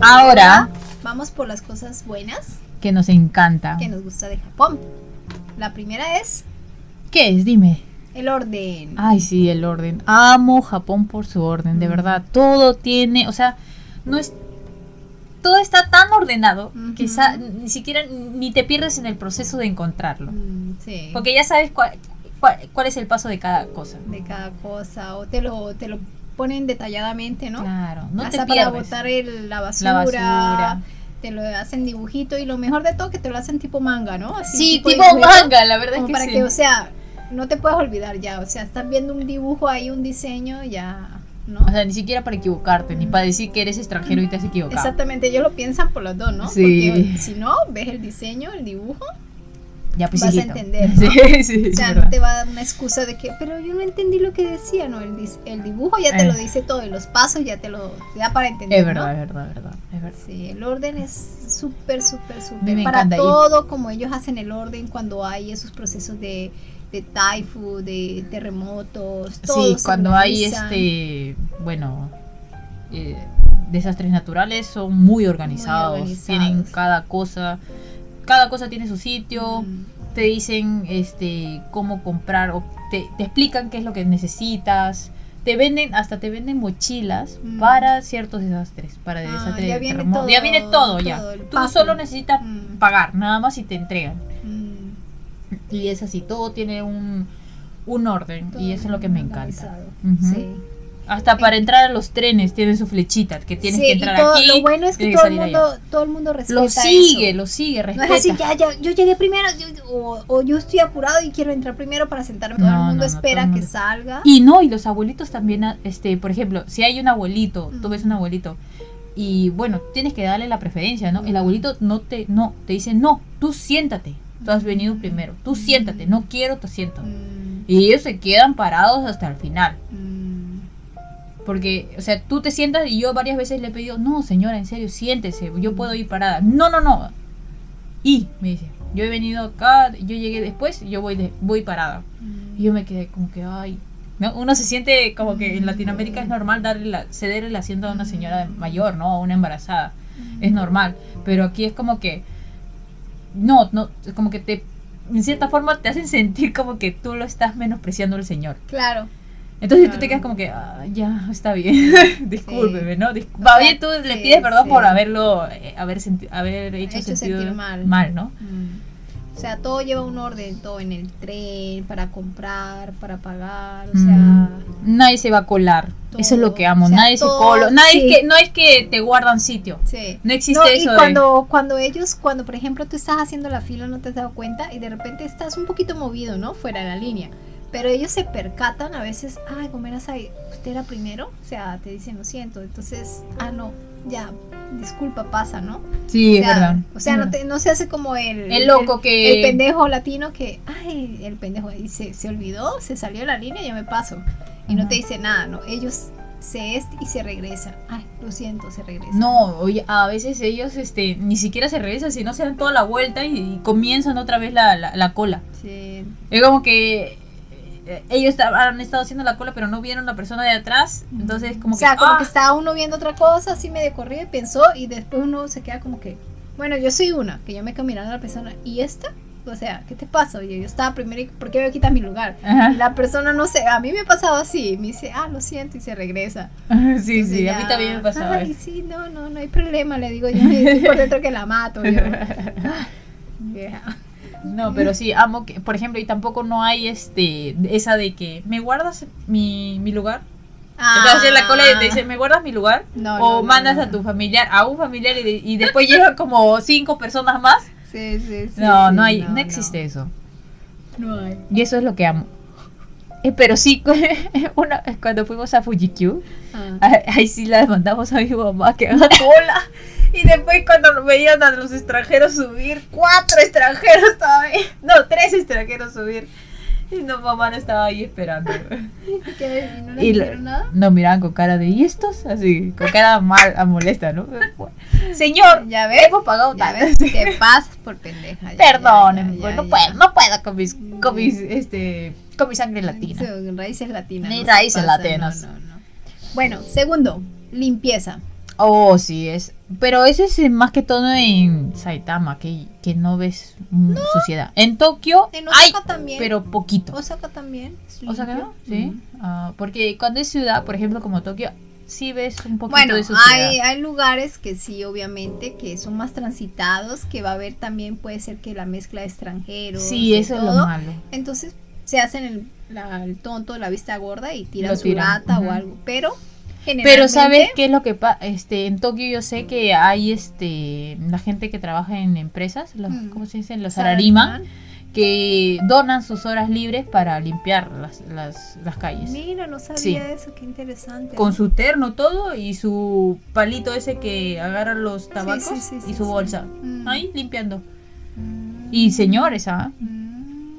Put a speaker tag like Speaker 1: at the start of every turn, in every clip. Speaker 1: Ahora,
Speaker 2: Vamos por las cosas buenas
Speaker 1: que nos encanta.
Speaker 2: que nos gusta de Japón. La primera es
Speaker 1: ¿Qué es? Dime.
Speaker 2: el orden.
Speaker 1: Ay, sí, el orden. Amo Japón por su orden,
Speaker 2: Mm.
Speaker 1: de verdad. Todo tiene, o sea, no es... Todo está tan ordenado
Speaker 2: Ujú.
Speaker 1: que sa- ni siquiera ni te pierdes en el proceso de encontrarlo.
Speaker 2: Mm, sí.
Speaker 1: Porque ya sabes cuál, cuál- cuál es el paso de cada cosa.
Speaker 2: De cada cosa. O te lo, te lo ponen detalladamente, ¿no?
Speaker 1: Claro, no
Speaker 2: Hasta
Speaker 1: te
Speaker 2: para
Speaker 1: pierdes.
Speaker 2: botar el- la, basura,
Speaker 1: la basura.
Speaker 2: Te lo hacen dibujito y lo mejor de todo que te lo hacen tipo manga, ¿no? Así,
Speaker 1: Sí, tipo
Speaker 2: dibujo,
Speaker 1: manga, la verdad es
Speaker 2: Como
Speaker 1: que
Speaker 2: para
Speaker 1: sí.
Speaker 2: que, o sea, no te puedes olvidar ya. O sea, estás viendo un dibujo ahí, un diseño, ya, ¿no?
Speaker 1: O sea, ni siquiera para equivocarte, ni para decir que eres extranjero y te has equivocado.
Speaker 2: Exactamente, ellos lo piensan por los dos, ¿no?
Speaker 1: Sí.
Speaker 2: Porque si no, ves el diseño, el dibujo,
Speaker 1: Ya pues
Speaker 2: vas a
Speaker 1: hijito.
Speaker 2: entender, ¿no?
Speaker 1: Sí, sí,
Speaker 2: o sea,
Speaker 1: es
Speaker 2: no
Speaker 1: verdad.
Speaker 2: te va a dar una excusa de que, pero yo no entendí lo que decía, ¿no? El, dis- el dibujo ya te
Speaker 1: Eh.
Speaker 2: lo dice todo, y los pasos ya te lo te da para entender,
Speaker 1: Es
Speaker 2: ¿no?
Speaker 1: verdad, es verdad, es verdad, es verdad.
Speaker 2: Sí, el orden es súper, súper,
Speaker 1: me
Speaker 2: súper. Para
Speaker 1: encanta, y-
Speaker 2: todo, como ellos hacen el orden cuando hay esos procesos de, de taifu, de terremotos, todo.
Speaker 1: Sí,
Speaker 2: se
Speaker 1: cuando hay
Speaker 2: organizan.
Speaker 1: este, bueno, eh, desastres naturales son muy organizados,
Speaker 2: organizados.
Speaker 1: tienen cada cosa, cada cosa tiene su sitio,
Speaker 2: Mm,
Speaker 1: te dicen este cómo comprar o te, te explican qué es lo que necesitas. Te venden, hasta te venden mochilas
Speaker 2: Mm.
Speaker 1: para ciertos desastres, para
Speaker 2: Ah,
Speaker 1: desastres
Speaker 2: ya
Speaker 1: de
Speaker 2: viene
Speaker 1: terremoto.
Speaker 2: todo,
Speaker 1: ya viene todo,
Speaker 2: todo,
Speaker 1: ya.
Speaker 2: el
Speaker 1: Tú
Speaker 2: pack.
Speaker 1: solo necesitas
Speaker 2: mm,
Speaker 1: pagar, nada más y te entregan.
Speaker 2: mm,
Speaker 1: Y es así, todo tiene un, un orden
Speaker 2: todo
Speaker 1: y eso es lo que me encanta.
Speaker 2: organizado.
Speaker 1: Ujú.
Speaker 2: Sí.
Speaker 1: Hasta para entrar a los trenes tienen su flechita, que tienes
Speaker 2: Sí,
Speaker 1: que
Speaker 2: y
Speaker 1: entrar
Speaker 2: todo-
Speaker 1: aquí.
Speaker 2: Lo bueno es que
Speaker 1: tienes
Speaker 2: todo
Speaker 1: que
Speaker 2: el,
Speaker 1: salir
Speaker 2: mundo, todo el mundo respeta
Speaker 1: Lo sigue,
Speaker 2: eso.
Speaker 1: lo sigue,
Speaker 2: No
Speaker 1: respeta.
Speaker 2: es así, ya, ya, yo llegué primero, yo- o, o yo estoy apurado y quiero entrar primero para sentarme. Todo
Speaker 1: No,
Speaker 2: el
Speaker 1: no,
Speaker 2: mundo
Speaker 1: no,
Speaker 2: espera
Speaker 1: todo el
Speaker 2: que
Speaker 1: mundo-
Speaker 2: salga.
Speaker 1: Y no, y los abuelitos también, ah, este, por ejemplo, si hay un abuelito, tú
Speaker 2: Mm.
Speaker 1: ves un abuelito, y bueno, tienes que darle la preferencia, ¿no? El
Speaker 2: Mm.
Speaker 1: abuelito no te, no, te dice, no, tú siéntate, tú has venido primero, tú siéntate,
Speaker 2: Mm.
Speaker 1: no quiero tu asiento.
Speaker 2: Mm,
Speaker 1: Y ellos se quedan parados hasta el final.
Speaker 2: mm.
Speaker 1: Porque, o sea, tú te sientas y yo varias veces le he pedido, no, señora, en serio, siéntese, yo puedo ir parada. No, no, no. Y me dice, yo he venido acá, yo llegué después, yo voy, de- voy parada.
Speaker 2: mm,
Speaker 1: Y yo me quedé como que, ay. ¿no? Uno se siente como que en Latinoamérica es normal darle la, ceder el asiento a una señora mayor, ¿no? A una embarazada. Es normal. Pero aquí es como que, no, no, como que te, en cierta forma te hacen sentir como que tú lo estás menospreciando al señor.
Speaker 2: Claro.
Speaker 1: Entonces tú
Speaker 2: Claro.
Speaker 1: te quedas como que, "Ah, ya, está bien, discúlpeme, ¿no? Dis-
Speaker 2: O
Speaker 1: Va
Speaker 2: sea,
Speaker 1: bien, tú le
Speaker 2: sí,
Speaker 1: pides perdón
Speaker 2: sí.
Speaker 1: por haberlo, eh, haber, senti- haber hecho,
Speaker 2: Hecho
Speaker 1: sentido
Speaker 2: sentir mal.
Speaker 1: ¿no?
Speaker 2: Mm. O sea, todo lleva un orden, todo en el tren, para comprar, para pagar, o
Speaker 1: Mm.
Speaker 2: sea,
Speaker 1: Nadie se va a colar, eso es lo
Speaker 2: todo,
Speaker 1: que amo,
Speaker 2: o sea,
Speaker 1: nadie
Speaker 2: todo,
Speaker 1: se cola, nadie
Speaker 2: sí.
Speaker 1: es que, no es que te guardan sitio,
Speaker 2: sí.
Speaker 1: no existe
Speaker 2: No, y
Speaker 1: eso de-
Speaker 2: cuando, cuando ellos, cuando por ejemplo tú estás haciendo la fila, no te has dado cuenta y de repente estás un poquito movido, ¿no? Fuera de la línea. Pero ellos se percatan a veces, ay, Gomeras, ahí, usted era primero, o sea, te dicen lo siento, entonces, ah, no, ya, disculpa, pasa, ¿no?
Speaker 1: Sí,
Speaker 2: o sea,
Speaker 1: es verdad.
Speaker 2: O sea,
Speaker 1: es
Speaker 2: no,
Speaker 1: verdad.
Speaker 2: te- no se hace como el...
Speaker 1: El loco que...
Speaker 2: El pendejo latino que, ay, el pendejo, y se, se olvidó, se salió de la línea y yo me paso. Y no
Speaker 1: Ajá.
Speaker 2: te dice nada, ¿no? Ellos se est y se regresan. Ay, lo siento, se regresan.
Speaker 1: No, oye, a veces ellos este, ni siquiera se regresan, sino se dan toda la vuelta y, y comienzan otra vez la- la- la cola.
Speaker 2: Sí,
Speaker 1: Es como que eh, ellos ta- han estado haciendo la cola, pero no vieron la persona de atrás. Entonces, como
Speaker 2: o sea,
Speaker 1: que.
Speaker 2: como
Speaker 1: ¡ah!
Speaker 2: que estaba uno viendo otra cosa, así medio corrido y pensó, y después uno se queda como que, bueno, yo soy una, que yo me quedo mirando a la persona, ¿y esta? O sea, ¿qué te pasa? Oye, yo estaba primero, y ¿por qué me quitas mi lugar?
Speaker 1: Ajá.
Speaker 2: La persona, no sé, a mí me ha pasado así, me dice, ah, lo siento, y se regresa.
Speaker 1: Sí,
Speaker 2: Entonces
Speaker 1: sí, a
Speaker 2: ya,
Speaker 1: mí también me pasaba.
Speaker 2: Ay, sí, no, no, no hay problema, le digo yo, estoy por dentro que la mato yo. Vieja.
Speaker 1: No, pero sí, amo que, por ejemplo, y tampoco no hay este esa de que, ¿me guardas mi, mi lugar? Entonces en la cola y te dicen, ¿me guardas mi lugar?
Speaker 2: Ah. No,
Speaker 1: o
Speaker 2: no, no,
Speaker 1: mandas
Speaker 2: no,
Speaker 1: a
Speaker 2: no.
Speaker 1: tu familiar, a un familiar y, de- y después llegan como cinco personas más.
Speaker 2: Ah, Sí, sí, sí.
Speaker 1: no,
Speaker 2: sí,
Speaker 1: no hay, no, existe eso.
Speaker 2: No hay.
Speaker 1: Y eso es lo que amo. Eh, pero sí, una- cuando fuimos a Fujikyu,
Speaker 2: Ah.
Speaker 1: Ah, Ahí sí la mandamos a mi mamá que haga cola. Y después cuando lo veían a los extranjeros subir, cuatro extranjeros todavía. No, tres extranjeros subir. Y no, mamá no estaba ahí esperando.
Speaker 2: ¿Qué? ¿Y no le
Speaker 1: Y la-
Speaker 2: dijeron nada?
Speaker 1: No, miraban con cara de, ¿y estos? Así, con cara mal, a molesta, ¿no? Señor,
Speaker 2: Ya ves,
Speaker 1: hemos pagado
Speaker 2: ya
Speaker 1: tal.
Speaker 2: ves, te pasas por pendeja. ya,
Speaker 1: Perdónenme,
Speaker 2: ya,
Speaker 1: pues,
Speaker 2: ya,
Speaker 1: no
Speaker 2: ya.
Speaker 1: puedo, no puedo con mis, con mis, este, con mi sangre latina.
Speaker 2: Sí, raíces latinas.
Speaker 1: Ni
Speaker 2: no se
Speaker 1: raíces
Speaker 2: pasa,
Speaker 1: latinas.
Speaker 2: no, no, no. Bueno, segundo, limpieza.
Speaker 1: Oh, sí, es. Pero eso es eh, más que todo en Saitama, que, que no ves mm, suciedad. En Tokio
Speaker 2: En
Speaker 1: hay,
Speaker 2: Osaka también.
Speaker 1: pero poquito.
Speaker 2: Osaka también. es
Speaker 1: Osaka, ¿no?
Speaker 2: limpio.
Speaker 1: Sí.
Speaker 2: Mm.
Speaker 1: Ah, porque cuando es ciudad, por ejemplo, como Tokio, sí ves un poquito
Speaker 2: Bueno,
Speaker 1: de suciedad.
Speaker 2: hay, hay lugares que sí, obviamente, que son más transitados, que va a haber también, puede ser que la mezcla de extranjeros.
Speaker 1: sí,
Speaker 2: de
Speaker 1: eso es lo
Speaker 2: todo.
Speaker 1: malo.
Speaker 2: Entonces se hacen el, la- el tonto, la vista gorda y tiran
Speaker 1: Lo
Speaker 2: su
Speaker 1: tiran,
Speaker 2: lata o
Speaker 1: ujú.
Speaker 2: algo. Pero,
Speaker 1: Pero ¿sabes
Speaker 2: generalmente,
Speaker 1: qué es lo que pasa? Este, en Tokio yo sé que hay este la gente que trabaja en empresas, los,
Speaker 2: Mm.
Speaker 1: ¿cómo se dicen? Los
Speaker 2: Salarima,
Speaker 1: ararima, que donan sus horas libres para limpiar las, las, las calles.
Speaker 2: Mira, no sabía
Speaker 1: Sí.
Speaker 2: eso, qué interesante.
Speaker 1: Con su terno todo y su palito ese que agarra los tabacos
Speaker 2: sí, sí, sí,
Speaker 1: y su
Speaker 2: sí.
Speaker 1: bolsa.
Speaker 2: Mm.
Speaker 1: Ahí limpiando.
Speaker 2: Mm.
Speaker 1: Y señores, ¿ah?
Speaker 2: Mm.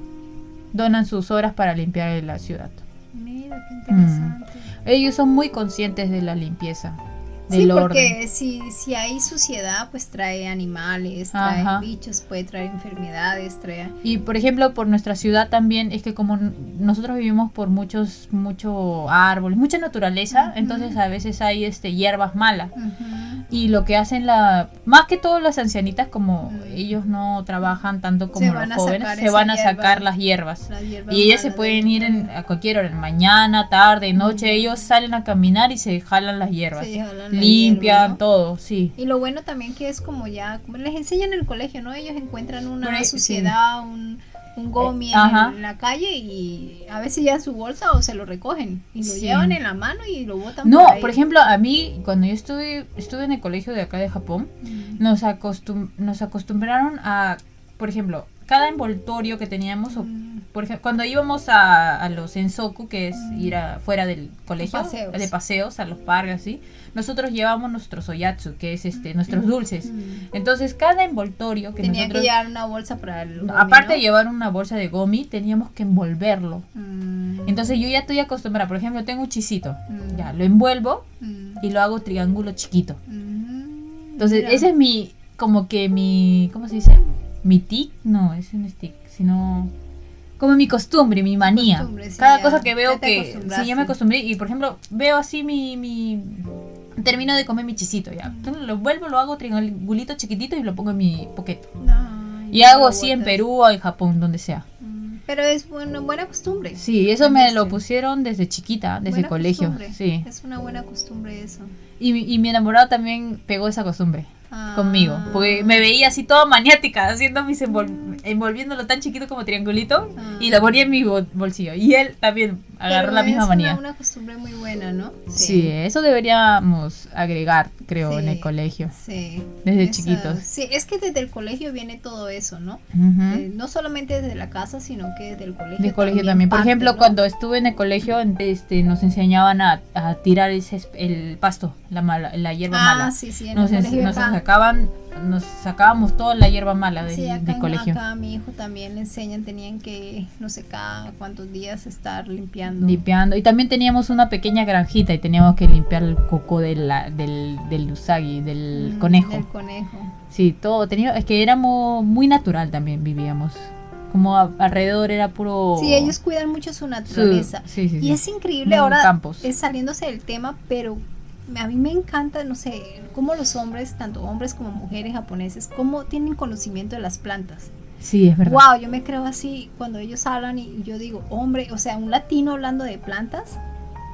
Speaker 1: donan sus horas para limpiar la ciudad.
Speaker 2: Mira,
Speaker 1: Mm.
Speaker 2: qué interesante.
Speaker 1: Ellos son muy conscientes de la limpieza, del
Speaker 2: Sí,
Speaker 1: orden.
Speaker 2: porque si, si hay suciedad, pues trae animales, trae
Speaker 1: Ajá.
Speaker 2: bichos, puede traer enfermedades, trae...
Speaker 1: Y por ejemplo, por nuestra ciudad también es que como n- nosotros vivimos por muchos mucho árboles, mucha naturaleza,
Speaker 2: Ujú.
Speaker 1: entonces a veces hay este hierbas malas.
Speaker 2: Ujú.
Speaker 1: Y lo que hacen la más que todo las ancianitas como
Speaker 2: Mm.
Speaker 1: ellos no trabajan tanto como
Speaker 2: van a
Speaker 1: los jóvenes,
Speaker 2: sacar
Speaker 1: se
Speaker 2: esa
Speaker 1: van a
Speaker 2: hierba.
Speaker 1: sacar las hierbas.
Speaker 2: Las hierbas
Speaker 1: Y ellas se
Speaker 2: malas
Speaker 1: pueden
Speaker 2: de-
Speaker 1: ir en- a cualquier hora, mañana, tarde, noche,
Speaker 2: Ujú.
Speaker 1: ellos salen a caminar y se jalan las hierbas.
Speaker 2: se jalan la
Speaker 1: Limpian
Speaker 2: hierba, ¿no?
Speaker 1: todo, sí.
Speaker 2: Y lo bueno también que es como ya, como les enseñan en el colegio, ¿no? Ellos encuentran una
Speaker 1: Por ahí, sí. Eh,
Speaker 2: suciedad, un, un gomi en,
Speaker 1: ajá.
Speaker 2: en la calle y a veces llevan su bolsa o se lo recogen y lo
Speaker 1: Sí.
Speaker 2: llevan en la mano y lo botan
Speaker 1: No,
Speaker 2: ahí.
Speaker 1: por ejemplo, a mí cuando yo estuve estuve en el colegio de acá de Japón,
Speaker 2: Mm.
Speaker 1: nos acostum- nos acostumbraron a, por ejemplo, cada envoltorio que teníamos o
Speaker 2: Mm.
Speaker 1: por ejemplo, cuando íbamos a, a los ensoku, que es
Speaker 2: Mm.
Speaker 1: ir afuera del colegio,
Speaker 2: paseos.
Speaker 1: de paseos a los parques así, nosotros llevábamos nuestros oyatsu, que es este nuestros dulces.
Speaker 2: Mm.
Speaker 1: Entonces, cada envoltorio que
Speaker 2: Tenía que
Speaker 1: nosotros
Speaker 2: llevar una bolsa para el gomi,
Speaker 1: aparte de
Speaker 2: ¿no?
Speaker 1: llevar una bolsa de gomi, teníamos que envolverlo.
Speaker 2: Mm.
Speaker 1: Entonces, yo ya estoy acostumbrada, por ejemplo, tengo un chisito.
Speaker 2: Mm.
Speaker 1: Ya, lo envuelvo
Speaker 2: Mm.
Speaker 1: y lo hago triángulo chiquito.
Speaker 2: Mm.
Speaker 1: Entonces,
Speaker 2: Mira.
Speaker 1: ese es mi, como que mi, ¿cómo se dice? Mi tic, no, es un stick, sino como mi costumbre, mi manía.
Speaker 2: Costumbre, sí,
Speaker 1: Cada
Speaker 2: ya.
Speaker 1: cosa que
Speaker 2: Ya
Speaker 1: veo
Speaker 2: te
Speaker 1: que,
Speaker 2: acostumbraste.
Speaker 1: sí, ya me acostumbré y, por ejemplo, veo así mi, mi, termino de comer mi chisito, ya. Entonces, lo vuelvo, lo hago triangulito chiquitito y lo pongo en mi poquete.
Speaker 2: Ay,
Speaker 1: Y
Speaker 2: no
Speaker 1: hago
Speaker 2: lo
Speaker 1: así en
Speaker 2: botas.
Speaker 1: Perú o en Japón, donde sea.
Speaker 2: Mm. Pero es bueno, buena costumbre.
Speaker 1: Sí, eso me lo
Speaker 2: Buenísimo.
Speaker 1: pusieron desde chiquita, desde
Speaker 2: Buena
Speaker 1: el colegio.
Speaker 2: costumbre.
Speaker 1: Sí.
Speaker 2: Es una buena costumbre eso.
Speaker 1: Y, mi- y mi enamorado también pegó esa costumbre.
Speaker 2: Ah.
Speaker 1: conmigo. Porque me veía así toda maniática, haciendo mis envol- envolviéndolo tan chiquito como triangulito
Speaker 2: Ah.
Speaker 1: y lo ponía en mi bol- bolsillo. Y él también agarró
Speaker 2: Pero
Speaker 1: la misma
Speaker 2: es una-
Speaker 1: manía.
Speaker 2: Una, costumbre muy buena, ¿no?
Speaker 1: Sí. eso deberíamos agregar, creo, en el
Speaker 2: Sí.
Speaker 1: colegio,
Speaker 2: Sí.
Speaker 1: desde
Speaker 2: Esa-
Speaker 1: chiquitos.
Speaker 2: Sí, es que desde el colegio viene todo eso, ¿no?
Speaker 1: Ujú.
Speaker 2: Eh, no solamente desde la casa, sino que desde el colegio.
Speaker 1: Del colegio también. Por
Speaker 2: parte,
Speaker 1: ejemplo,
Speaker 2: ¿no?
Speaker 1: cuando estuve en el colegio, en- este, nos enseñaban a, a tirar el, césped- el pasto, la, mala- la hierba
Speaker 2: Ah,
Speaker 1: mala.
Speaker 2: sí, sí, en
Speaker 1: Nos,
Speaker 2: el
Speaker 1: ens-
Speaker 2: colegio
Speaker 1: nos
Speaker 2: acá.
Speaker 1: sacaban, nos sacábamos toda la hierba mala del,
Speaker 2: Sí, acá,
Speaker 1: del
Speaker 2: en-
Speaker 1: colegio.
Speaker 2: acá a mi hijo también le enseñan, tenían que, no sé, cada cuántos días estar limpiando.
Speaker 1: Limpiando. Y también teníamos una pequeña granjita y teníamos que limpiar el coco de la- del, del usagi, del
Speaker 2: Mm,
Speaker 1: conejo.
Speaker 2: Del conejo.
Speaker 1: Sí, todo. Tenía, es que éramos muy natural también vivíamos. Como a- alrededor era puro...
Speaker 2: Sí, ellos cuidan mucho su
Speaker 1: su-
Speaker 2: naturaleza.
Speaker 1: Oh. Sí, sí, sí.
Speaker 2: Y es
Speaker 1: Muy
Speaker 2: increíble ahora
Speaker 1: campos.
Speaker 2: es saliéndose del tema, pero a mí me encanta, no sé, cómo los hombres, tanto hombres como mujeres japoneses, cómo tienen conocimiento de las plantas.
Speaker 1: Sí, es verdad.
Speaker 2: Wow, yo me creo así cuando ellos hablan y yo digo, hombre, o sea, un latino hablando de plantas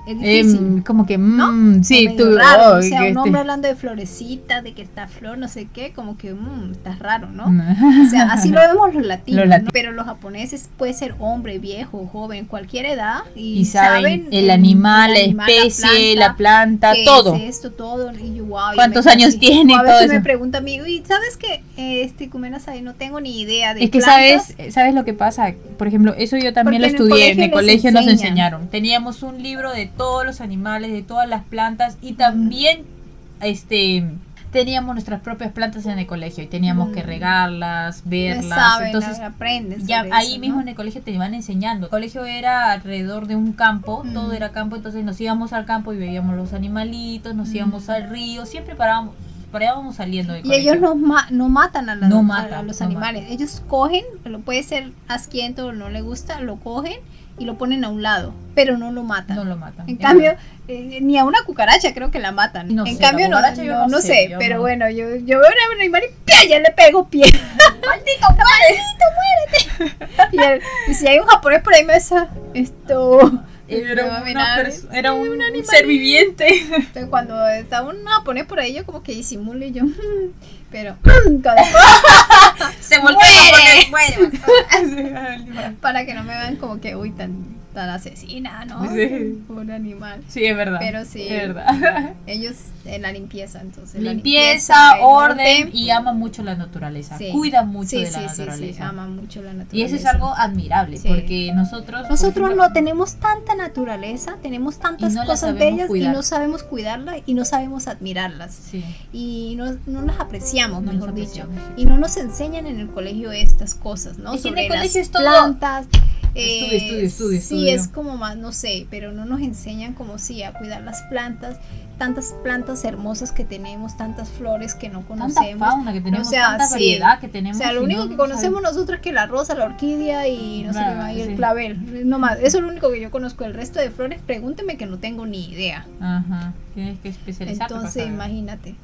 Speaker 2: es difícil.
Speaker 1: Em, como que...
Speaker 2: ¿No?
Speaker 1: mm, sí,
Speaker 2: medio
Speaker 1: tú...
Speaker 2: raro,
Speaker 1: oh,
Speaker 2: o sea,
Speaker 1: que
Speaker 2: un
Speaker 1: este-
Speaker 2: hombre hablando de florecita, de que está flor, no sé qué, como que mm, está raro, ¿no?
Speaker 1: Mm.
Speaker 2: O sea, así lo vemos los latinos,
Speaker 1: Los
Speaker 2: ¿no?
Speaker 1: latinos.
Speaker 2: pero los japoneses puede ser hombre, viejo, joven, cualquier edad y,
Speaker 1: y saben el animal, la especie, la planta,
Speaker 2: qué
Speaker 1: todo.
Speaker 2: es esto, todo y yo, wow, yo
Speaker 1: ¿Cuántos
Speaker 2: me quedo
Speaker 1: años
Speaker 2: así.
Speaker 1: tiene y
Speaker 2: O a
Speaker 1: todo
Speaker 2: veces me
Speaker 1: eso?
Speaker 2: pregunta a mí, uy, ¿sabes qué? Eh, este Kumenas ahí no tengo ni idea de
Speaker 1: Es que
Speaker 2: plantas".
Speaker 1: sabes, sabes lo que pasa, por ejemplo, eso yo también
Speaker 2: Porque en el
Speaker 1: lo estudié, en el colegio,
Speaker 2: colegio les
Speaker 1: nos
Speaker 2: enseñan.
Speaker 1: enseñaron. Teníamos un libro de todos los animales, de todas las plantas y también este teníamos nuestras propias plantas en el colegio y teníamos que
Speaker 2: Mm.
Speaker 1: regarlas,
Speaker 2: Ya
Speaker 1: verlas,
Speaker 2: saben,
Speaker 1: entonces
Speaker 2: aprendes
Speaker 1: ya
Speaker 2: sobre
Speaker 1: ahí
Speaker 2: eso,
Speaker 1: mismo
Speaker 2: ¿no?
Speaker 1: en el colegio te iban enseñando. El colegio era alrededor de un campo,
Speaker 2: Mm.
Speaker 1: todo era campo, entonces nos íbamos al campo y veíamos los animalitos, nos
Speaker 2: Mm.
Speaker 1: íbamos al río, siempre parábamos para allá vamos saliendo del
Speaker 2: Y ellos
Speaker 1: colegio.
Speaker 2: no, ma- no matan a, la-
Speaker 1: No
Speaker 2: a-
Speaker 1: matan,
Speaker 2: a los
Speaker 1: no
Speaker 2: animales. Ellos cogen, lo puede ser asquiento, no le gusta, lo cogen y lo ponen a un lado, pero no lo matan.
Speaker 1: No lo matan.
Speaker 2: en cambio, eh, ni a una cucaracha creo que la matan.
Speaker 1: No
Speaker 2: en
Speaker 1: sé,
Speaker 2: cambio,
Speaker 1: la
Speaker 2: no,
Speaker 1: cucaracha yo
Speaker 2: no,
Speaker 1: no
Speaker 2: no
Speaker 1: sé,
Speaker 2: sé,
Speaker 1: yo
Speaker 2: pero
Speaker 1: no.
Speaker 2: bueno, yo, yo veo a un animal y ¡pia! ya le pego pie. ¡Maldito, muérete! muérete! y, el- y si hay un japonés por ahí me besa, esto...
Speaker 1: Era,
Speaker 2: No,
Speaker 1: una
Speaker 2: mira,
Speaker 1: perso- era un, ser viviente.
Speaker 2: Entonces, cuando está un japonés por ahí, yo como que disimulo y yo, "Mm", pero cuando-
Speaker 1: Se
Speaker 2: voltea
Speaker 1: muere.
Speaker 2: para que no me vean como que, uy, tan, tan asesina, ¿no?
Speaker 1: Sí.
Speaker 2: Un animal.
Speaker 1: Sí, es verdad.
Speaker 2: Pero sí.
Speaker 1: Es verdad.
Speaker 2: Ellos en la limpieza, entonces. la
Speaker 1: Limpieza,
Speaker 2: el
Speaker 1: orden
Speaker 2: orden.
Speaker 1: y ama mucho la naturaleza.
Speaker 2: Sí.
Speaker 1: Cuida mucho
Speaker 2: Sí,
Speaker 1: de la
Speaker 2: sí, sí,
Speaker 1: naturaleza.
Speaker 2: sí, aman mucho la naturaleza.
Speaker 1: Y eso es algo admirable,
Speaker 2: Sí.
Speaker 1: porque nosotros... por
Speaker 2: Nosotros
Speaker 1: ejemplo,
Speaker 2: no tenemos tanta naturaleza, tenemos tantas
Speaker 1: no la
Speaker 2: cosas
Speaker 1: sabemos
Speaker 2: bellas
Speaker 1: cuidar.
Speaker 2: y no sabemos cuidarlas y no sabemos admirarlas.
Speaker 1: Sí,
Speaker 2: Y no, no las apreciamos,
Speaker 1: no
Speaker 2: mejor
Speaker 1: nos
Speaker 2: dicho.
Speaker 1: apreciamos.
Speaker 2: y no nos enseñan en el colegio estas cosas, ¿no?
Speaker 1: Es que en
Speaker 2: Sobre
Speaker 1: el colegio
Speaker 2: las
Speaker 1: es todo
Speaker 2: plantas. eh,
Speaker 1: estudio, estudio, estudio,
Speaker 2: Sí,
Speaker 1: estudio.
Speaker 2: es como más, no sé, pero no nos enseñan como sí a cuidar las plantas, tantas plantas hermosas que tenemos, tantas flores que no
Speaker 1: Tanta
Speaker 2: conocemos.
Speaker 1: fauna que tenemos,
Speaker 2: O sea,
Speaker 1: tanta
Speaker 2: sí.
Speaker 1: variedad que tenemos.
Speaker 2: O sea, lo
Speaker 1: y
Speaker 2: único
Speaker 1: no-
Speaker 2: que
Speaker 1: no
Speaker 2: conocemos nosotros es que la rosa, la orquídea y no sé,
Speaker 1: Nada,
Speaker 2: ahí el
Speaker 1: sí.
Speaker 2: clavel, no más. Eso es lo único que yo conozco. El resto de flores, pregúnteme que no tengo ni idea.
Speaker 1: sabemos. Ajá, tienes que especializarte. para
Speaker 2: Entonces,
Speaker 1: saber.
Speaker 2: imagínate.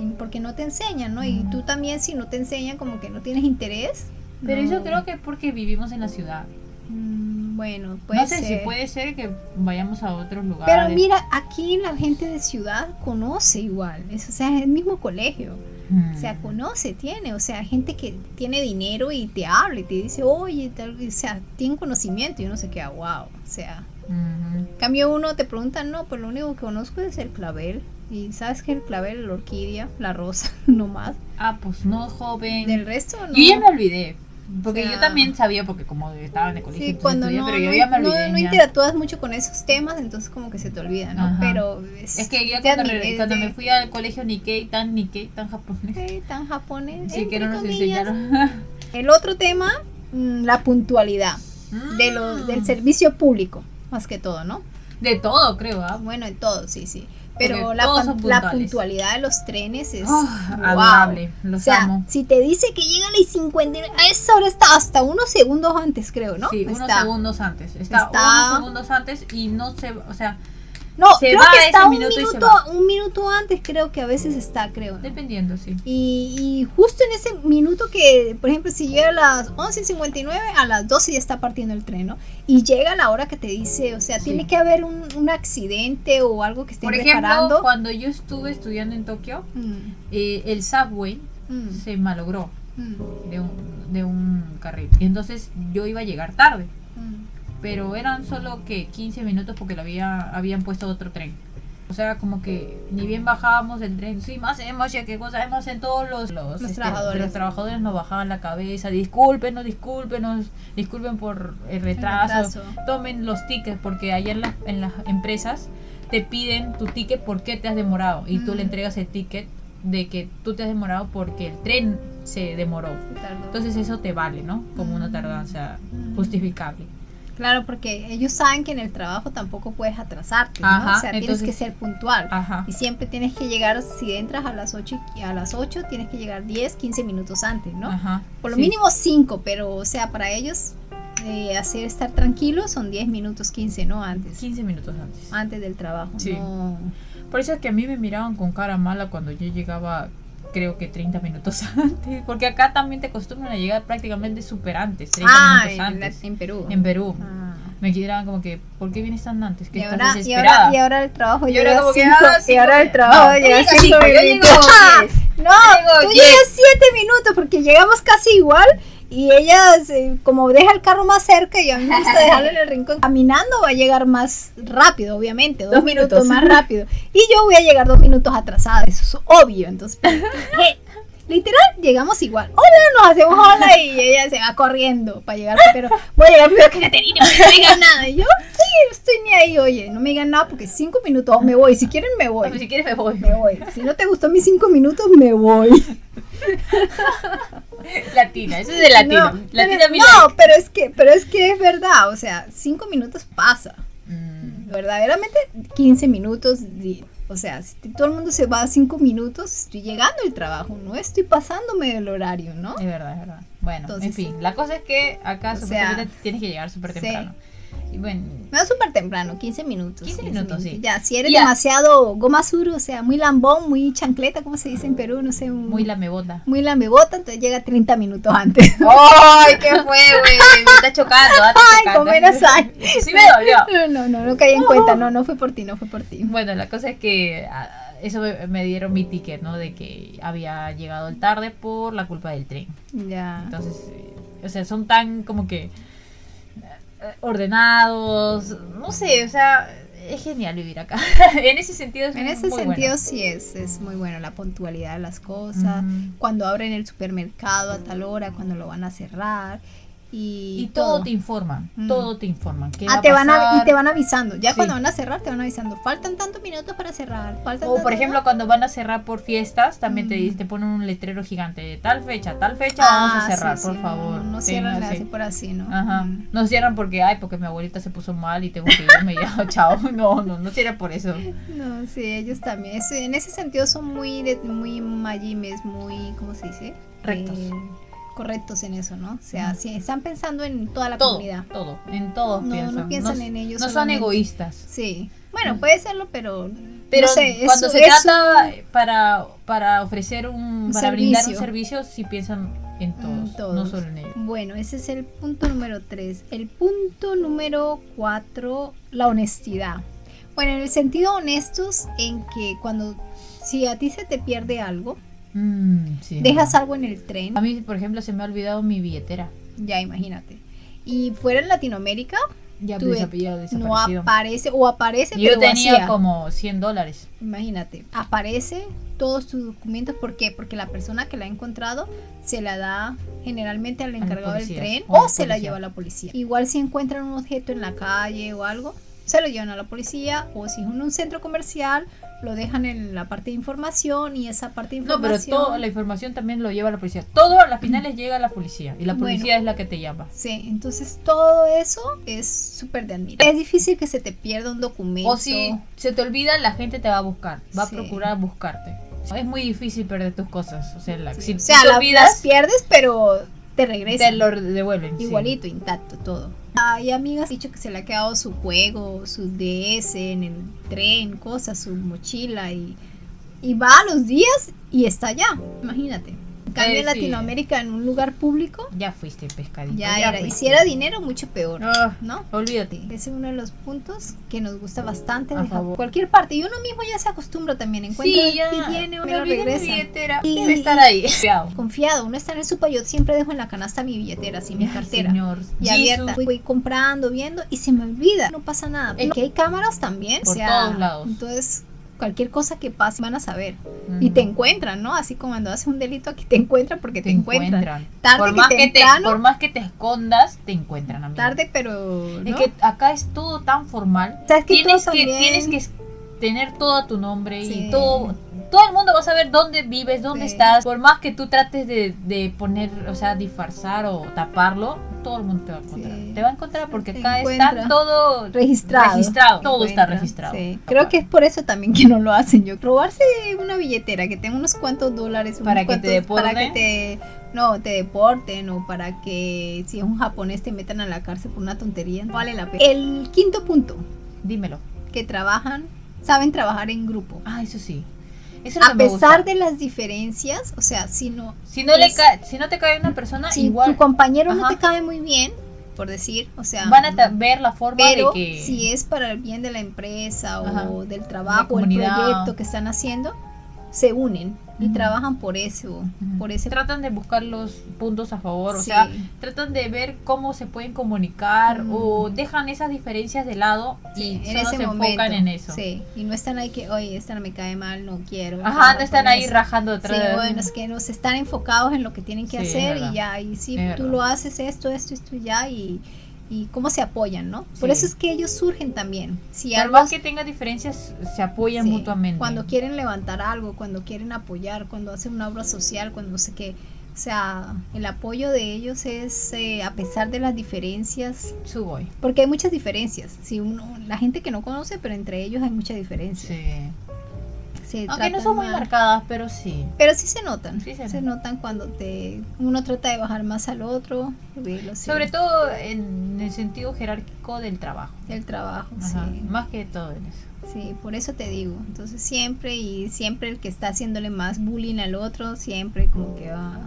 Speaker 2: y Porque no te enseñan, ¿no? Y
Speaker 1: Ujú.
Speaker 2: tú también, si no te enseñan, como que no tienes interés.
Speaker 1: Pero
Speaker 2: no-
Speaker 1: yo creo que es porque vivimos en la ciudad.
Speaker 2: Mm, Bueno, puede
Speaker 1: no sé
Speaker 2: ser.
Speaker 1: si puede ser que vayamos a otros lugares.
Speaker 2: Pero mira, aquí la gente de ciudad conoce igual, es, o sea, es el mismo colegio,
Speaker 1: Mm.
Speaker 2: o sea, conoce, tiene, o sea, gente que tiene dinero y te habla y te dice, oye, tal, o sea, tiene conocimiento y uno se queda, wow, ah, o sea,
Speaker 1: Ujú.
Speaker 2: en cambio uno te pregunta, no, pues lo único que conozco es el clavel. Y sabes que el clavel, la orquídea, la rosa, no más.
Speaker 1: Ah, pues no, joven.
Speaker 2: Del resto, no.
Speaker 1: Yo ya me olvidé. Porque
Speaker 2: O sea,
Speaker 1: yo también sabía, porque como estaba en el colegio,
Speaker 2: Sí,
Speaker 1: entonces
Speaker 2: cuando
Speaker 1: estudié,
Speaker 2: no,
Speaker 1: pero yo
Speaker 2: no-
Speaker 1: ya me
Speaker 2: no-
Speaker 1: olvidé.
Speaker 2: no
Speaker 1: ya.
Speaker 2: interactúas mucho con esos temas, entonces como que se te olvida, ¿no?
Speaker 1: Ajá.
Speaker 2: Pero
Speaker 1: Es que yo
Speaker 2: te
Speaker 1: cuando,
Speaker 2: admi-
Speaker 1: re-
Speaker 2: es
Speaker 1: cuando
Speaker 2: de-
Speaker 1: me fui al colegio Nikkei, tan Nikkei, tan japonés.
Speaker 2: Eh, tan japonés.
Speaker 1: Sí, que
Speaker 2: entre
Speaker 1: no nos
Speaker 2: comillas.
Speaker 1: enseñaron.
Speaker 2: El otro tema, mm, la puntualidad de
Speaker 1: Ah.
Speaker 2: los, del servicio público, más que todo, ¿no?
Speaker 1: Mm. De todo, creo. ¿ah?
Speaker 2: Bueno, en todo, sí, sí. Pero
Speaker 1: Porque
Speaker 2: la,
Speaker 1: todos
Speaker 2: pan-
Speaker 1: son
Speaker 2: la
Speaker 1: puntuales.
Speaker 2: puntualidad de los trenes es
Speaker 1: Oh,
Speaker 2: wow.
Speaker 1: adorable. Los
Speaker 2: O sea,
Speaker 1: amo.
Speaker 2: si te dice que llega a las 59, a esa hora está hasta unos segundos antes, creo, ¿no?
Speaker 1: Sí, unos
Speaker 2: Está.
Speaker 1: segundos antes. Está,
Speaker 2: Está.
Speaker 1: unos segundos antes y no se. O sea,
Speaker 2: No,
Speaker 1: Se
Speaker 2: creo
Speaker 1: va
Speaker 2: que
Speaker 1: ese
Speaker 2: está un
Speaker 1: minuto y se
Speaker 2: minuto,
Speaker 1: va.
Speaker 2: un minuto antes, creo que a veces está, creo. ¿no?
Speaker 1: dependiendo, sí.
Speaker 2: Y, y justo en ese minuto que, por ejemplo, si llega a las 11.59, a las 12 ya está partiendo el tren, ¿no? Y llega la hora que te dice, o sea,
Speaker 1: Sí.
Speaker 2: tiene que haber un, un accidente o algo que estén
Speaker 1: Por ejemplo,
Speaker 2: reparando.
Speaker 1: cuando yo estuve estudiando en Tokio,
Speaker 2: Mm,
Speaker 1: eh, el subway
Speaker 2: mm,
Speaker 1: se malogró
Speaker 2: mm,
Speaker 1: de un, de un carril. Y entonces yo iba a llegar tarde.
Speaker 2: mm.
Speaker 1: Pero eran solo que 15 minutos porque lo había, habían puesto otro tren. O sea, como que ni bien bajábamos del tren, sí, más hemos, ya qué cosa hemos en todos los, los, este,
Speaker 2: trabajadores.
Speaker 1: los trabajadores nos bajaban la cabeza, discúlpenos, discúlpenos, disculpen por el retraso,
Speaker 2: retraso.
Speaker 1: tomen los tickets porque allá en, las- en las empresas te piden tu ticket por qué te has demorado y tú
Speaker 2: Mm.
Speaker 1: le entregas el ticket de que tú te has demorado porque el tren se demoró.
Speaker 2: Tardó.
Speaker 1: Entonces eso te vale, ¿no? Como una
Speaker 2: Mm.
Speaker 1: tardanza
Speaker 2: Mm.
Speaker 1: justificable.
Speaker 2: Claro, porque ellos saben que en el trabajo tampoco puedes atrasarte, ¿no?
Speaker 1: Ajá,
Speaker 2: o sea, tienes
Speaker 1: entonces-
Speaker 2: que ser puntual.
Speaker 1: Ajá.
Speaker 2: Y siempre tienes que llegar, si entras a las 8, y- a las 8 tienes que llegar 10, 15 minutos antes, ¿no?
Speaker 1: Ajá,
Speaker 2: Por lo
Speaker 1: Ah, sí.
Speaker 2: mínimo 5, pero o sea, para ellos eh, hacer estar tranquilos son 10 minutos, 15, ¿no? Antes.
Speaker 1: 15 minutos antes.
Speaker 2: Antes del trabajo.
Speaker 1: Sí.
Speaker 2: No.
Speaker 1: Por eso es que a mí me miraban con cara mala cuando yo llegaba, creo que 30 minutos antes. Porque acá también te acostumbran a llegar prácticamente super antes, 30
Speaker 2: Ah,
Speaker 1: minutos
Speaker 2: en, la-
Speaker 1: antes.
Speaker 2: en Perú.
Speaker 1: En Perú.
Speaker 2: Ah.
Speaker 1: Me quedaban como que, ¿por qué vienes tan antes? Que
Speaker 2: Y
Speaker 1: estás
Speaker 2: ahora, y, ahora,
Speaker 1: desesperada.
Speaker 2: y ahora el trabajo
Speaker 1: Y ahora
Speaker 2: llega a
Speaker 1: como que,
Speaker 2: 5.
Speaker 1: ah,
Speaker 2: Y
Speaker 1: cinco
Speaker 2: ahora el
Speaker 1: minutos.
Speaker 2: trabajo
Speaker 1: No, tú llegas
Speaker 2: llega a 5
Speaker 1: cinco, yo
Speaker 2: minutos.
Speaker 1: llego
Speaker 2: ¡Ah!
Speaker 1: diez. Yo
Speaker 2: No, tú
Speaker 1: llego
Speaker 2: llegas 7 minutos porque llegamos casi igual. Y ella, se- como deja el carro más cerca y a mí me gusta dejarlo en el rincón, caminando va a llegar más rápido, obviamente, dos,
Speaker 1: Dos
Speaker 2: minutos.
Speaker 1: minutos.
Speaker 2: más rápido. Y yo voy a llegar dos minutos atrasada, eso es obvio. Entonces, eh, literal, llegamos igual. Hola, nos hacemos hola y ella se va corriendo para llegar, pero voy a llegar primero que Caterina, no me digan nada. Y yo, sí, no estoy ni ahí, oye, no me digan nada porque cinco minutos me voy, si quieren me
Speaker 1: Bueno,
Speaker 2: voy.
Speaker 1: si quieres me voy.
Speaker 2: Me voy. Si no te gustó mis cinco minutos, me voy.
Speaker 1: Latina, eso Este es de latino.
Speaker 2: No,
Speaker 1: latina
Speaker 2: pero, no, pero es que, pero es que es verdad, o sea, cinco minutos pasa.
Speaker 1: mira. Mm,
Speaker 2: Verdaderamente 15 minutos. di- O sea, si te- todo el mundo se va a cinco minutos, estoy llegando al trabajo, no estoy pasándome del horario, ¿no?
Speaker 1: Es verdad, es verdad. Bueno, en
Speaker 2: Entonces-
Speaker 1: fin, la cosa es que acá
Speaker 2: O sea,
Speaker 1: supuestamente tienes que llegar súper
Speaker 2: sí.
Speaker 1: temprano. Y bueno,
Speaker 2: Me da súper temprano, 15 minutos.
Speaker 1: 15 minutos, sí.
Speaker 2: Ya, si eres
Speaker 1: Ya.
Speaker 2: demasiado goma suru, o sea, muy lambón, muy chancleta, como se dice en Perú, no sé, un-
Speaker 1: muy lamebota.
Speaker 2: muy lambebota, entonces llega 30 minutos antes.
Speaker 1: ¡Ay, qué fue, güey! Me está chocando, ah, está
Speaker 2: Ay,
Speaker 1: chocando.
Speaker 2: comer asai.
Speaker 1: Sí me dolió.
Speaker 2: No, no, no caí en cuenta, no, no fue por ti, no fue por ti.
Speaker 1: Bueno, la cosa es que ah, eso me, me dieron mi ticket, ¿no? De que había llegado el tarde por la culpa del tren.
Speaker 2: Ya.
Speaker 1: Entonces, eh, o sea, son tan como que eh, ordenados, no sé, o sea, es genial vivir acá. en ese sentido es
Speaker 2: En ese
Speaker 1: muy bueno.
Speaker 2: sentido sí es, es muy bueno la puntualidad de las cosas,
Speaker 1: Ujú.
Speaker 2: cuando abren el supermercado a tal hora, cuando lo van a cerrar y,
Speaker 1: Y todo te informan,
Speaker 2: Mm.
Speaker 1: todo te informan. ¿Qué va
Speaker 2: Ah, te van a, y
Speaker 1: pasar?
Speaker 2: te van avisando. Ya
Speaker 1: Sí.
Speaker 2: cuando van a cerrar, te van avisando. Faltan tantos minutos para cerrar. Faltan
Speaker 1: O por
Speaker 2: tantos-
Speaker 1: ejemplo cuando van a cerrar por fiestas, también te,
Speaker 2: Mm.
Speaker 1: te ponen un letrero gigante de tal fecha, tal fecha,
Speaker 2: Ah,
Speaker 1: vamos a cerrar,
Speaker 2: sí,
Speaker 1: por
Speaker 2: sí,
Speaker 1: favor.
Speaker 2: No, no
Speaker 1: Tenga-
Speaker 2: cierran
Speaker 1: sí.
Speaker 2: así por así, ¿no?
Speaker 1: Ajá.
Speaker 2: Mm.
Speaker 1: No cierran porque, ay, porque mi abuelita se puso mal y tengo que irme ya, chao. No, no, no cierran por eso.
Speaker 2: No, sí, ellos también. Es- en ese sentido son muy, de, muy mayimes, muy, ¿cómo se dice?
Speaker 1: Rectos.
Speaker 2: Eh, correctos en eso, ¿no? O sea,
Speaker 1: Ujú.
Speaker 2: sí, están pensando en toda la
Speaker 1: Todo,
Speaker 2: comunidad.
Speaker 1: todo, en todo
Speaker 2: No,
Speaker 1: piensan.
Speaker 2: no piensan
Speaker 1: s-
Speaker 2: en ellos.
Speaker 1: No son
Speaker 2: solamente.
Speaker 1: egoístas.
Speaker 2: Sí. Bueno, puede serlo, pero.
Speaker 1: Mm. Pero
Speaker 2: no sé, es
Speaker 1: cuando
Speaker 2: su-
Speaker 1: se
Speaker 2: es su-
Speaker 1: trata para, para ofrecer un,
Speaker 2: Un
Speaker 1: para brindar un
Speaker 2: servicio.
Speaker 1: servicio, sí piensan en todos, no
Speaker 2: todos.
Speaker 1: solo en ellos.
Speaker 2: Bueno, ese es el punto número 3. El punto número 4, la honestidad. Bueno, en el sentido honestos en que cuando si a ti se te pierde algo,
Speaker 1: Mm, sí, es
Speaker 2: dejas
Speaker 1: verdad.
Speaker 2: algo en el tren,
Speaker 1: A mí, por ejemplo, se me ha olvidado mi billetera.
Speaker 2: ya imagínate. Y fuera en Latinoamérica
Speaker 1: Ya,
Speaker 2: Tuve-
Speaker 1: desap- ya
Speaker 2: no
Speaker 1: desaparecido.
Speaker 2: aparece o aparece
Speaker 1: Yo
Speaker 2: pero
Speaker 1: tenía
Speaker 2: vacía.
Speaker 1: como 100 dólares.
Speaker 2: Imagínate, aparece todos tus documentos, ¿por qué? Porque la persona que la ha encontrado se la da generalmente al
Speaker 1: los
Speaker 2: encargado del
Speaker 1: policías,
Speaker 2: tren
Speaker 1: o a
Speaker 2: o
Speaker 1: la
Speaker 2: se la
Speaker 1: policía.
Speaker 2: lleva a la policía. Igual si encuentran un objeto en la calle o algo, se lo llevan a la policía o si es en un centro comercial, lo dejan en la parte de información y esa parte de
Speaker 1: No, pero
Speaker 2: información...
Speaker 1: toda la información también lo lleva la policía. Todo a las finales llega a la policía y la
Speaker 2: Bueno.
Speaker 1: policía es la que te llama.
Speaker 2: Sí, entonces todo eso es súper de admirar. Es difícil que se te pierda un documento.
Speaker 1: O si se te olvida, la gente te va a buscar, va
Speaker 2: Sí.
Speaker 1: a procurar buscarte. Es muy difícil perder tus cosas. O sea, la-
Speaker 2: Sí,
Speaker 1: si
Speaker 2: o sea,
Speaker 1: te
Speaker 2: la- las
Speaker 1: olvidas,
Speaker 2: pierdes, pero te regresan.
Speaker 1: te lo devuelven. sí.
Speaker 2: Igualito, intacto, todo. Hay amigas que han dicho que se le ha quedado su juego, su DS en el tren, cosas, su mochila y, y va a los días y está allá, imagínate. En cambio,
Speaker 1: Eh,
Speaker 2: en
Speaker 1: sí.
Speaker 2: Latinoamérica, en un lugar público,
Speaker 1: Ya fuiste pescadito.
Speaker 2: ya, era. Y
Speaker 1: fuiste.
Speaker 2: si era dinero, mucho peor,
Speaker 1: Ah,
Speaker 2: ¿no?
Speaker 1: olvídate.
Speaker 2: Ese es uno de los puntos que nos gusta bastante
Speaker 1: A
Speaker 2: de Japón.
Speaker 1: favor.
Speaker 2: cualquier parte. Y uno mismo ya se acostumbra también, encuentra
Speaker 1: Sí, ya.
Speaker 2: que tiene,
Speaker 1: Me
Speaker 2: uno
Speaker 1: olvidé mi
Speaker 2: regresa.
Speaker 1: billetera.
Speaker 2: Y-
Speaker 1: Debe estar ahí. Cuidado.
Speaker 2: Confiado, uno está en el super, yo siempre dejo en la canasta mi billetera, así mi
Speaker 1: Ay,
Speaker 2: cartera.
Speaker 1: Señor.
Speaker 2: y
Speaker 1: Jesus,
Speaker 2: abierta. Voy comprando, viendo y se me olvida. No pasa nada.
Speaker 1: Es-
Speaker 2: Porque hay cámaras también.
Speaker 1: Eh. Por
Speaker 2: o sea,
Speaker 1: todos lados.
Speaker 2: Entonces, cualquier cosa que pase van a saber.
Speaker 1: mm,
Speaker 2: Y te encuentran, ¿no? Así como cuando haces un delito aquí te encuentran porque te,
Speaker 1: te
Speaker 2: encuentran.
Speaker 1: encuentran.
Speaker 2: Tarde
Speaker 1: Por
Speaker 2: que
Speaker 1: más que te,
Speaker 2: temprano.
Speaker 1: por más que te escondas, te encuentran, amigo.
Speaker 2: Tarde, pero.
Speaker 1: Es
Speaker 2: ¿no?
Speaker 1: que acá es todo tan formal.
Speaker 2: ¿Sabes qué?
Speaker 1: tienes
Speaker 2: Todo
Speaker 1: que
Speaker 2: también-
Speaker 1: tienes que es- tener todo tu nombre
Speaker 2: Sí.
Speaker 1: y todo todo el mundo va a saber dónde vives dónde
Speaker 2: Sí.
Speaker 1: estás por más que tú trates de, de poner o sea disfrazar o taparlo todo el mundo te va a encontrar
Speaker 2: Sí.
Speaker 1: te va a encontrar porque
Speaker 2: Te
Speaker 1: acá
Speaker 2: encuentra.
Speaker 1: está todo
Speaker 2: Registrado.
Speaker 1: registrado, todo está
Speaker 2: Encuentran,
Speaker 1: registrado
Speaker 2: sí. Creo que es por eso también que no lo hacen. Yo robarse una billetera que tenga unos cuantos dólares, unos
Speaker 1: Para que te
Speaker 2: cuantos- para
Speaker 1: deporten.
Speaker 2: que te- no te deporten o para que si es un japonés te metan a la cárcel por una tontería, no vale la pena. El quinto punto,
Speaker 1: dímelo
Speaker 2: que trabajan, saben trabajar en grupo.
Speaker 1: ah eso sí eso es
Speaker 2: A
Speaker 1: lo que me gusta.
Speaker 2: pesar de las diferencias, o sea, si no
Speaker 1: si no le
Speaker 2: es-
Speaker 1: ca- si no te cae una persona
Speaker 2: si tu
Speaker 1: Ah, igual
Speaker 2: compañero no
Speaker 1: Ajá.
Speaker 2: te cae muy bien, por decir, o sea,
Speaker 1: van a ta- ver la forma
Speaker 2: Pero
Speaker 1: de que
Speaker 2: si es para el bien de la empresa o
Speaker 1: Ajá.
Speaker 2: del
Speaker 1: La
Speaker 2: trabajo o el
Speaker 1: comunidad.
Speaker 2: proyecto que están haciendo, se unen y
Speaker 1: Ujú.
Speaker 2: trabajan por eso,
Speaker 1: Ujú.
Speaker 2: por ese
Speaker 1: tratan de buscar los puntos a favor o
Speaker 2: Sí.
Speaker 1: sea tratan de ver cómo se pueden comunicar
Speaker 2: Mm.
Speaker 1: o dejan esas diferencias de lado
Speaker 2: Sí,
Speaker 1: y solo se enfocan en eso.
Speaker 2: Sí, y no están ahí que, oye, esta no me cae mal, no quiero.
Speaker 1: Ajá,
Speaker 2: trabajar
Speaker 1: no están
Speaker 2: por
Speaker 1: ahí
Speaker 2: eso".
Speaker 1: rajando
Speaker 2: Sí,
Speaker 1: atrás.
Speaker 2: bueno, es que nos están enfocados en lo que tienen que
Speaker 1: Sí, es
Speaker 2: hacer
Speaker 1: verdad.
Speaker 2: y ya, y si
Speaker 1: Es
Speaker 2: tú
Speaker 1: verdad.
Speaker 2: lo haces esto, esto, esto y ya, y, y cómo se apoyan, ¿no? Por
Speaker 1: Sí.
Speaker 2: eso es que ellos surgen también. Si
Speaker 1: Por
Speaker 2: algo
Speaker 1: más que tenga diferencias, se apoyan
Speaker 2: Sí,
Speaker 1: mutuamente.
Speaker 2: Cuando quieren levantar algo, cuando quieren apoyar, cuando hacen una obra social, cuando no sé qué. O sea, el apoyo de ellos es eh, a pesar de las diferencias,
Speaker 1: Subo.
Speaker 2: porque hay muchas diferencias. Si uno, la gente que no conoce, pero entre ellos hay muchas diferencias.
Speaker 1: Sí.
Speaker 2: se
Speaker 1: Aunque no
Speaker 2: tratan
Speaker 1: son muy
Speaker 2: mal.
Speaker 1: marcadas, pero sí.
Speaker 2: Pero sí se notan.
Speaker 1: Sí se
Speaker 2: se, notan cuando te uno trata de bajar más al otro, verlo, sí,
Speaker 1: Sobre todo en el sentido jerárquico del trabajo.
Speaker 2: el trabajo,
Speaker 1: Ajá,
Speaker 2: sí.
Speaker 1: Más que todo en eso.
Speaker 2: Sí, por eso te digo. Entonces siempre y siempre el que está haciéndole más bullying al otro, siempre como que va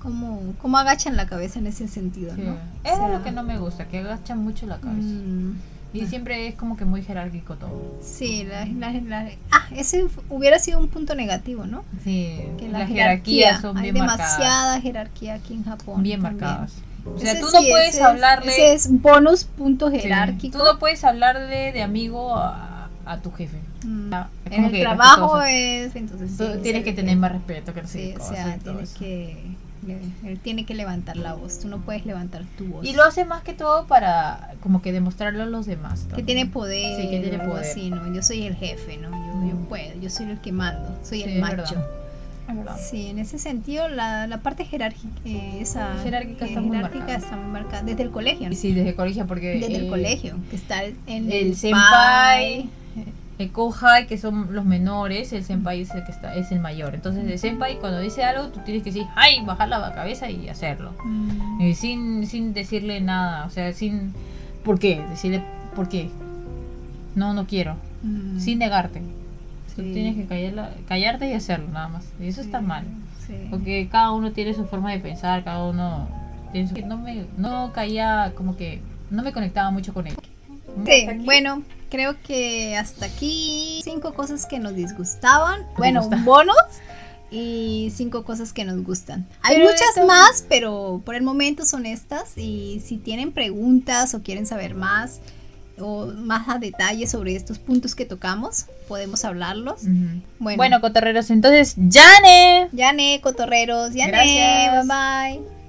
Speaker 2: como como agachan la cabeza en ese sentido,
Speaker 1: Sí.
Speaker 2: ¿no?
Speaker 1: Eso
Speaker 2: O
Speaker 1: es
Speaker 2: sea,
Speaker 1: lo que no me gusta, que agachan mucho la cabeza.
Speaker 2: mm,
Speaker 1: Y siempre es como que muy jerárquico todo.
Speaker 2: sí, la, la- la- ah, ese fu- hubiera sido un punto negativo, ¿no?
Speaker 1: Sí,
Speaker 2: Que
Speaker 1: las
Speaker 2: jerarquía,
Speaker 1: jerarquías son
Speaker 2: hay
Speaker 1: bien marcadas.
Speaker 2: demasiada jerarquía aquí en Japón.
Speaker 1: Bien
Speaker 2: también.
Speaker 1: marcadas. O sea,
Speaker 2: Ese
Speaker 1: tú no
Speaker 2: sí,
Speaker 1: puedes
Speaker 2: ese es-
Speaker 1: hablarle.
Speaker 2: ese es bonus punto
Speaker 1: Sí,
Speaker 2: jerárquico.
Speaker 1: Tú no puedes hablarle de amigo a, a tu jefe.
Speaker 2: Mm.
Speaker 1: Ah, es
Speaker 2: En
Speaker 1: como
Speaker 2: el
Speaker 1: que
Speaker 2: trabajo
Speaker 1: respetuoso.
Speaker 2: es, entonces sí,
Speaker 1: Tú tienes
Speaker 2: se
Speaker 1: que
Speaker 2: ve
Speaker 1: tener más respeto que no sé
Speaker 2: Sí,
Speaker 1: qué
Speaker 2: o
Speaker 1: cosa
Speaker 2: sea,
Speaker 1: y todo
Speaker 2: tienes
Speaker 1: eso.
Speaker 2: que, le- él tiene que levantar la voz, tú no puedes levantar tu voz.
Speaker 1: Y lo hace más que todo para como que demostrarlo a los demás.
Speaker 2: que
Speaker 1: también.
Speaker 2: tiene poder,
Speaker 1: Sí, que tiene
Speaker 2: o algo
Speaker 1: poder.
Speaker 2: así, ¿no? Yo soy el jefe, ¿no? Yo,
Speaker 1: Mm.
Speaker 2: yo puedo, yo soy el que mando, soy
Speaker 1: Sí,
Speaker 2: el
Speaker 1: es
Speaker 2: macho.
Speaker 1: verdad. Es verdad.
Speaker 2: Sí, en ese sentido la, la parte jerárquica, eh, esa,
Speaker 1: Jerárquica está
Speaker 2: eh,
Speaker 1: muy
Speaker 2: jerárquica
Speaker 1: marcada.
Speaker 2: está muy marcada desde el colegio,
Speaker 1: Y
Speaker 2: ¿no?
Speaker 1: sí, desde colegio porque...
Speaker 2: desde el
Speaker 1: eh,
Speaker 2: colegio, que está el, el,
Speaker 1: El
Speaker 2: pai,
Speaker 1: senpai, el kohai, eh, que son los menores, el senpai es el que está, es el mayor. Entonces el senpai cuando dice algo, tú tienes que decir, ay, bajar la cabeza y hacerlo.
Speaker 2: mm,
Speaker 1: Eh, sin, sin decirle nada, o sea, sin... ¿Por qué? Decirle, ¿por qué? No, no quiero.
Speaker 2: mm,
Speaker 1: Sin negarte. Tú
Speaker 2: sí,
Speaker 1: tienes que callarla- callarte y hacerlo nada más. Y eso está
Speaker 2: sí,
Speaker 1: mal.
Speaker 2: mm. sí.
Speaker 1: Porque cada uno tiene su forma de pensar, cada uno tiene su... No me no caía como que... No me conectaba mucho con él.
Speaker 2: Sí, bueno, creo que hasta aquí cinco cosas que nos disgustaban. Bueno,
Speaker 1: gusta.
Speaker 2: un bonus y cinco cosas que nos gustan. Hay
Speaker 1: Pero
Speaker 2: muchas
Speaker 1: esto-
Speaker 2: más, pero por el momento son estas. Y si tienen preguntas o quieren saber más o más a detalle sobre estos puntos que tocamos, podemos hablarlos.
Speaker 1: Ujú.
Speaker 2: Bueno,
Speaker 1: Bueno, cotorreros, entonces, ¡Jane!
Speaker 2: Yane, Cotorreros, Yane,
Speaker 1: Gracias.
Speaker 2: bye bye.